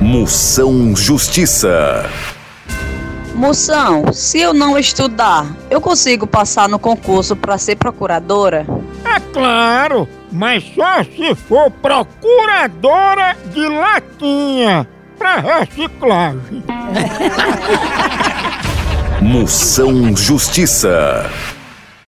Moção Justiça. Moção, se eu não estudar, eu consigo passar no concurso para ser procuradora? É claro, mas só se for procuradora de latinha para reciclagem. Moção Justiça.